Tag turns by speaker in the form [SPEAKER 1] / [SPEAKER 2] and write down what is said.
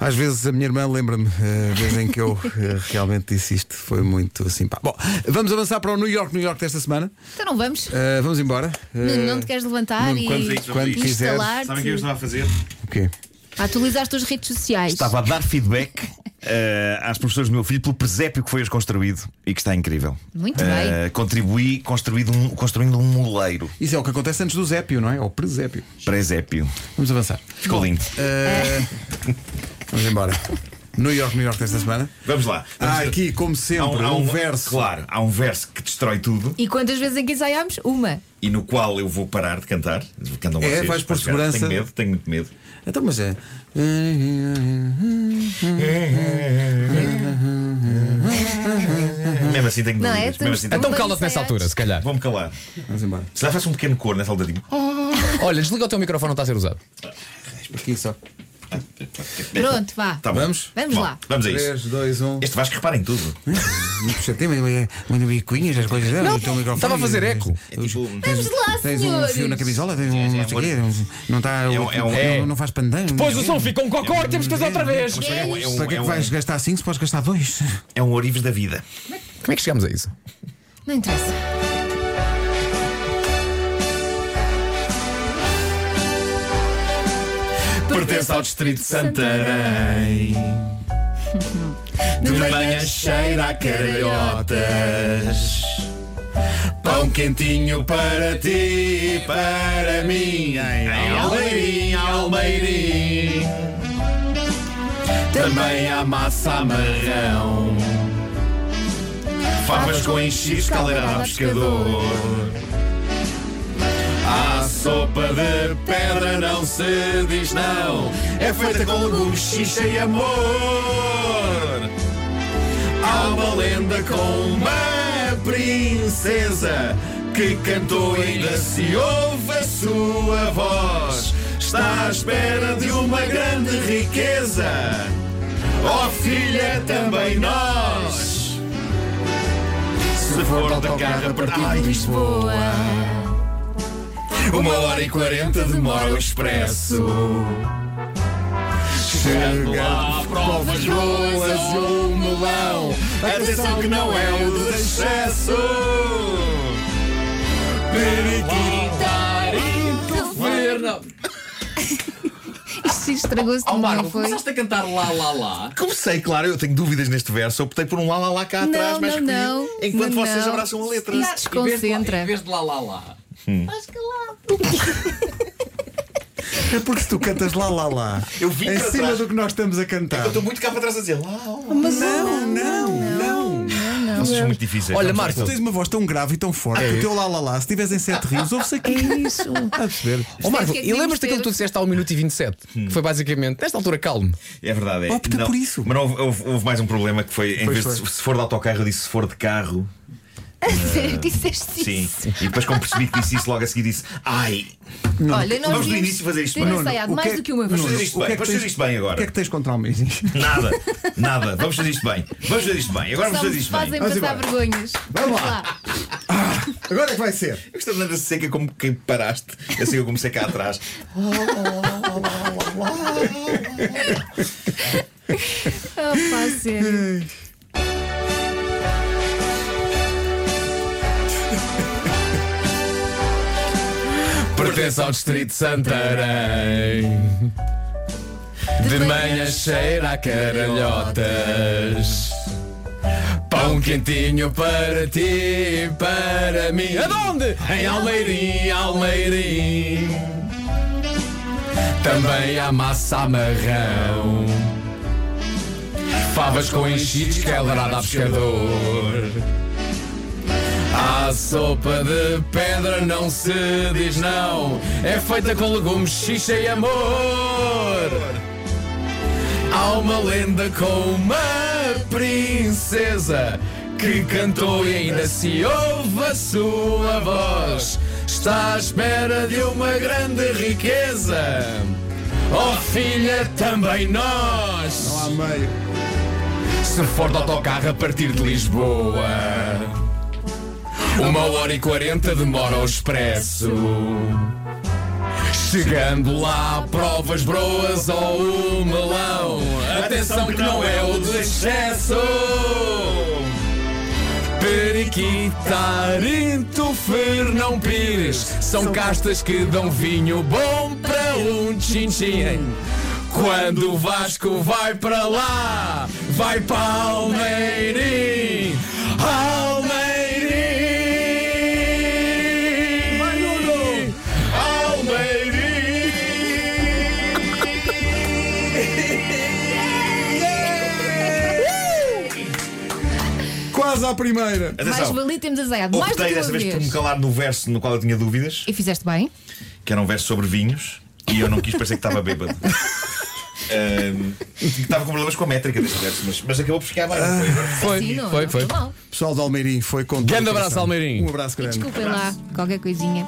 [SPEAKER 1] Às vezes a minha irmã lembra-me, eh, a vez em que eu eh, realmente disse isto, foi muito simpático. Bom, vamos avançar para o New York, New York desta semana.
[SPEAKER 2] Então não vamos.
[SPEAKER 1] Eh, vamos embora.
[SPEAKER 2] Nuno,
[SPEAKER 1] Eh,
[SPEAKER 2] Não te queres levantar
[SPEAKER 1] Nuno,
[SPEAKER 2] e
[SPEAKER 3] é
[SPEAKER 1] quando- quando quiseres.
[SPEAKER 3] Sabem o que eu
[SPEAKER 2] instalar-te.
[SPEAKER 3] estava a fazer?
[SPEAKER 1] O quê?
[SPEAKER 2] A atualizar as tuas redes sociais.
[SPEAKER 3] Estava a dar feedback eh, às professoras do meu filho pelo presépio que foi hoje construído e que está incrível.
[SPEAKER 2] Muito
[SPEAKER 3] Eh,
[SPEAKER 2] bem.
[SPEAKER 3] Contribuí construído um- construindo um moleiro.
[SPEAKER 1] Isso é o que acontece antes do Zépio, não é? Ou presépio.
[SPEAKER 3] Presépio.
[SPEAKER 1] Vamos avançar.
[SPEAKER 3] Ficou lindo.
[SPEAKER 1] Eh, vamos embora. New York, New York desta semana.
[SPEAKER 3] Vamos lá.
[SPEAKER 1] Há Ah, aqui, como sempre, um, verso.
[SPEAKER 3] Claro, há um verso que destrói tudo
[SPEAKER 2] E quantas vezes é que ensaiámos? Uma.
[SPEAKER 3] e no qual eu vou parar de cantar. Cantam
[SPEAKER 1] É,
[SPEAKER 3] vocês,
[SPEAKER 1] vais por
[SPEAKER 3] posso chegar.
[SPEAKER 1] segurança.
[SPEAKER 3] Tenho medo, tenho muito medo.
[SPEAKER 1] Então, mas é.
[SPEAKER 3] Mesmo assim tenho
[SPEAKER 2] Não é?
[SPEAKER 3] dúvidas. Mesmo
[SPEAKER 2] Temos-
[SPEAKER 3] assim
[SPEAKER 2] Então
[SPEAKER 3] tenho...
[SPEAKER 4] Então
[SPEAKER 2] vamos
[SPEAKER 4] cala-te nessa
[SPEAKER 2] ensaiar.
[SPEAKER 4] altura, se calhar.
[SPEAKER 3] Vou-me calar.
[SPEAKER 1] Vamos embora.
[SPEAKER 3] Se lá faço um pequeno cor nessa altura, digo.
[SPEAKER 4] Olha, desliga o teu microfone, não está a ser usado.
[SPEAKER 1] Aqui só.
[SPEAKER 2] Pronto, vá.
[SPEAKER 3] Tá bom.
[SPEAKER 1] Vamos?
[SPEAKER 2] Vamos
[SPEAKER 3] Bom,
[SPEAKER 2] lá.
[SPEAKER 3] Vamos a isso.
[SPEAKER 1] 3, 2, 1.
[SPEAKER 3] Este Vasco repara em tudo.
[SPEAKER 1] Muito chateado, mas manda bicuinhas, as coisas dela. o teu microfone.
[SPEAKER 4] estava a fazer eco.
[SPEAKER 3] É tipo.
[SPEAKER 1] Tens,
[SPEAKER 2] lá,
[SPEAKER 1] tens um
[SPEAKER 2] senhores.
[SPEAKER 1] fio na camisola, tens um não sei quê, não está.
[SPEAKER 3] um- é um-
[SPEAKER 4] é.
[SPEAKER 1] não, não faz pandeiro.
[SPEAKER 4] Pois
[SPEAKER 1] não
[SPEAKER 4] o
[SPEAKER 1] sei
[SPEAKER 4] som ficou um cocó e temos que fazer outra vez.
[SPEAKER 3] É um, é um,
[SPEAKER 1] Para que é
[SPEAKER 3] é
[SPEAKER 1] que
[SPEAKER 3] um-
[SPEAKER 1] vais gastar 5 se podes gastar 2?
[SPEAKER 3] é um ourives da vida.
[SPEAKER 4] Como é que chegamos a isso?
[SPEAKER 2] Não interessa.
[SPEAKER 3] Pertence ao Distrito de Santarém. De manhã cheira a caralhotas. Pão quentinho para ti, para mim. Em Almeirim, Almeirim. Também há massa amarrão. Favas com enchidos, caldeirão pescador. A sopa de pedra não se diz não É feita com legumes, xixa e amor Há uma lenda com uma princesa Que cantou e ainda se ouve a sua voz Está à espera de uma grande riqueza Oh filha, também nós Se for da carga partir de Lisboa uma hora e quarenta demora o expresso. Chega lá, provas boas e um melão. Atenção que não é o de excesso.
[SPEAKER 2] Isto estragou-se tudo, não foi?
[SPEAKER 5] a cantar lá, lá, lá.
[SPEAKER 3] Comecei, claro, eu tenho dúvidas neste verso. Eu optei por um lá lá lá cá
[SPEAKER 2] Não,
[SPEAKER 3] atrás,
[SPEAKER 2] não,
[SPEAKER 3] mas escolhi
[SPEAKER 2] não.
[SPEAKER 3] enquanto
[SPEAKER 2] Não,
[SPEAKER 3] vocês
[SPEAKER 2] não.
[SPEAKER 3] abraçam a letra.
[SPEAKER 2] Isso desconcentra.
[SPEAKER 5] de lá, lá, lá.
[SPEAKER 2] Acho que lá.
[SPEAKER 1] É porque se tu cantas lá, lá, lá,
[SPEAKER 3] Eu vim
[SPEAKER 1] em
[SPEAKER 3] para
[SPEAKER 1] cima
[SPEAKER 3] trás. É
[SPEAKER 1] do que nós estamos a cantar.
[SPEAKER 3] Eu estou muito cá para trás a dizer lá. lá.
[SPEAKER 1] Mas não, não, não.
[SPEAKER 3] Vocês são muito difíceis.
[SPEAKER 4] Olha,
[SPEAKER 3] Não,
[SPEAKER 4] Marco,
[SPEAKER 1] Tu tens uma voz tão grave e tão forte
[SPEAKER 3] É.
[SPEAKER 1] que o teu lá, lá, lá, se estiveres em sete rios, ouve-se aqui.
[SPEAKER 2] É Isso.
[SPEAKER 1] Está a perceber?
[SPEAKER 4] Ó Oh, Marco,
[SPEAKER 2] que é que
[SPEAKER 4] e
[SPEAKER 2] devíamos
[SPEAKER 4] lembras daquilo
[SPEAKER 2] ter?
[SPEAKER 4] que tu disseste há 1 minuto e 27? Que foi basicamente, nesta altura, calme.
[SPEAKER 3] É verdade, é.
[SPEAKER 1] Opta
[SPEAKER 3] Não,
[SPEAKER 1] por isso.
[SPEAKER 3] Mas não, houve, houve- houve mais um problema que foi, em
[SPEAKER 1] Pois
[SPEAKER 3] vez
[SPEAKER 1] foi.
[SPEAKER 3] de se for de autocarro, eu disse se for de carro.
[SPEAKER 2] Sério, disseste isso.
[SPEAKER 3] Sim. E depois, como percebi que disse isso, logo a seguir disse ai.
[SPEAKER 2] Olha, nós
[SPEAKER 3] Vamos do
[SPEAKER 2] devíamos
[SPEAKER 3] início fazer isto
[SPEAKER 2] ter
[SPEAKER 3] bem.
[SPEAKER 2] ensaiado
[SPEAKER 1] O
[SPEAKER 2] mais
[SPEAKER 1] que é-
[SPEAKER 2] do que uma
[SPEAKER 3] Vamos fazer
[SPEAKER 2] vez.
[SPEAKER 3] isto
[SPEAKER 1] O que
[SPEAKER 3] bem,
[SPEAKER 1] é que
[SPEAKER 3] vamos fazer
[SPEAKER 1] tens-
[SPEAKER 3] isto bem
[SPEAKER 1] O que é que
[SPEAKER 3] agora.
[SPEAKER 1] tens contra o Almeida?
[SPEAKER 3] Nada, nada. Vamos fazer isto bem. Vamos fazer isto bem. Agora vamos
[SPEAKER 2] Só
[SPEAKER 3] fazer
[SPEAKER 2] me
[SPEAKER 3] isto bem.
[SPEAKER 2] fazem
[SPEAKER 3] Eu
[SPEAKER 1] Vamos
[SPEAKER 2] passar
[SPEAKER 1] embora.
[SPEAKER 2] vergonhas.
[SPEAKER 1] Vamos lá. Agora é que vai ser.
[SPEAKER 3] estou andando seca como que paraste. Eu sei que eu comecei cá atrás.
[SPEAKER 2] Oh, pá, sério.
[SPEAKER 4] Pertence ao Distrito de Santarém. De manhã cheira a caralhotas. Pão quentinho para ti, para mim. Aonde? Em Almeirim, Almeirim. Também há massa amarrão. Favas com enchidos que é lerada a pescador. A sopa de pedra não se diz não. É feita com legumes, xixa e amor. Há uma lenda com uma princesa que cantou e ainda se ouve a sua voz. Está à espera de uma grande riqueza. Oh filha, também nós.
[SPEAKER 1] Lá meio.
[SPEAKER 4] Se for de autocarro a partir de Lisboa Uma hora e quarenta demora o expresso Chegando lá, provas broas ou o melão atenção que não é o de excesso. Periquita, Arinto, Fernão Pires São castas que dão vinho bom para um chinchim Quando o Vasco vai para lá Vai para Almeirim Almeirim Vai Nuno
[SPEAKER 1] Quase à primeira.
[SPEAKER 2] Mais
[SPEAKER 3] Atenção,
[SPEAKER 2] valia termos azeiado. Mais do
[SPEAKER 3] optei
[SPEAKER 2] que uma
[SPEAKER 3] dessa vez por um me
[SPEAKER 2] vez.
[SPEAKER 3] calar no verso no qual eu tinha dúvidas,
[SPEAKER 2] E fizeste bem?
[SPEAKER 3] que era um verso sobre vinhos, e eu não quis parecer que estava bêbado. Ahm, estava com problemas com a métrica desse verso, mas, mas acabou por ficar bem.
[SPEAKER 1] Ah.
[SPEAKER 4] Foi,
[SPEAKER 2] Sim, não,
[SPEAKER 4] foi,
[SPEAKER 2] não
[SPEAKER 4] foi.
[SPEAKER 2] foi mal.
[SPEAKER 1] Pessoal do Almeirim foi com.
[SPEAKER 4] Grande
[SPEAKER 1] dedicação.
[SPEAKER 4] abraço, Almeirim.
[SPEAKER 1] Um abraço grande.
[SPEAKER 2] Desculpem lá qualquer coisinha.